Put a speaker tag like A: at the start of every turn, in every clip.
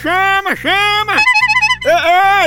A: chama, chama! Ei,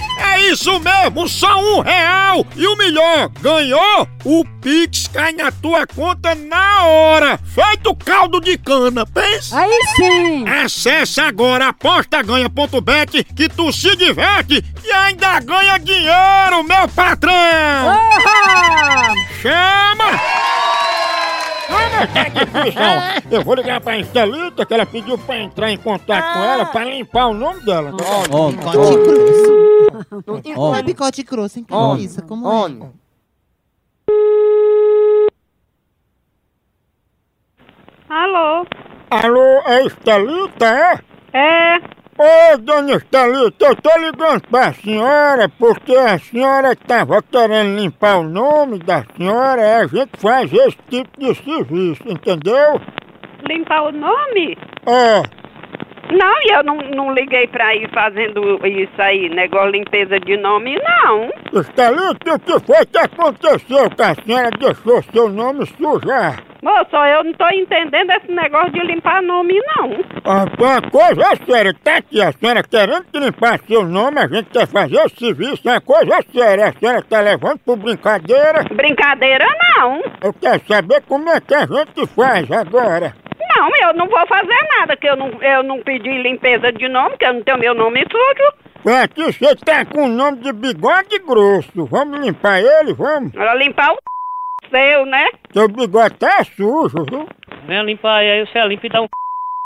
A: É isso mesmo, só um real! E o melhor, ganhou? O Pix cai na tua conta na hora! Feito caldo de cana, pensa!
B: Aí sim!
A: Acesse agora apostaganha.bet que tu se diverte e ainda ganha dinheiro, meu patrão!
B: Oba!
A: Chama! Chama, tá aqui, pessoal. Eu vou ligar pra Estelita que ela pediu pra entrar em contato com ela pra limpar o nome dela.
C: Ó,
D: Picote grosso. Não é
C: Olha.
D: picote grosso, hein? Como
C: Olha.
D: isso? Como é?
C: Olha.
E: Alô?
A: Alô, é Estelita, é?
E: É,
A: Ô, dona Estelita, eu tô ligando pra senhora porque a senhora tava querendo limpar o nome da senhora e a gente faz esse tipo de serviço, entendeu?
E: limpar o nome?
A: É,
E: Não, e eu não, não liguei pra ir fazendo isso aí, negócio de limpeza de nome, não.
A: Estelita, o que foi que aconteceu que a senhora deixou seu nome sujar?
E: Moço, eu não tô entendendo esse negócio de limpar nome, não.
A: Rapaz, coisa séria, tá aqui, a senhora querendo que limpar seu nome, a gente quer fazer o serviço, é coisa séria, a senhora tá levando por brincadeira,
E: Brincadeira, não.
A: eu quero saber como é que a gente faz agora.
E: Não, eu não vou fazer nada, que eu não, eu não pedi limpeza de nome, que eu não tenho meu nome sujo.
A: Aqui você tá com o nome de bigode grosso. Vamos limpar ele, vamos.
E: Ela limpar o seu, né?
A: Seu bigode tá sujo, viu?
F: Vem limpar aí, aí você limpa e dá um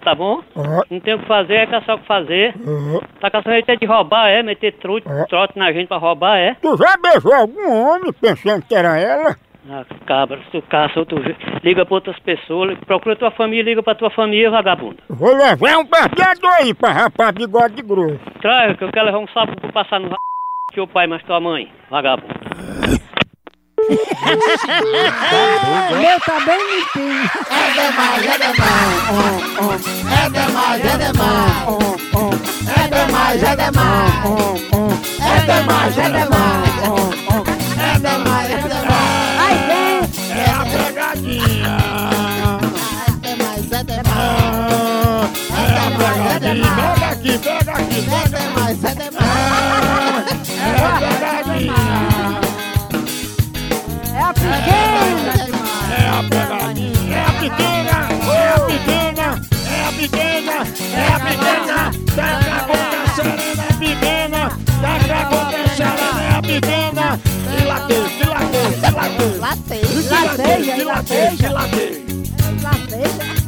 F: tá bom?
A: Ó,
F: Não tem o que fazer, é caçar o que fazer.
A: ó.
F: Tá caçando até de roubar, é? Meter trote, trote na gente pra roubar, é?
A: Tu já beijou algum homem pensando que era ela?
F: Ah, cabra, se tu caça, ou tu liga pra outras pessoas, procura tua família, liga pra tua família, vagabundo.
A: Vou levar um barbeador aí pra rapar bigode grosso.
F: Traz, que eu quero levar um sapo pra passar no ra- teu pai, mas tua mãe, vagabundo.
B: O meu tá bem limpinho.
D: É é
B: Aí vem!
D: Até mais, até mais,
A: Pega aqui, pega aqui.
D: até mais, até mais.
B: É a pequena!
A: É a pegadinha. É a pequena. É a pequena. É a pequena. É a pequena. Tá pra acontecer, é a pequena. Tá pra acontecer, é a pequena. Dilatei, dilatei, dilatei.
D: Latei.
B: Lateja, lateja,
A: Dilatei.
B: lateja.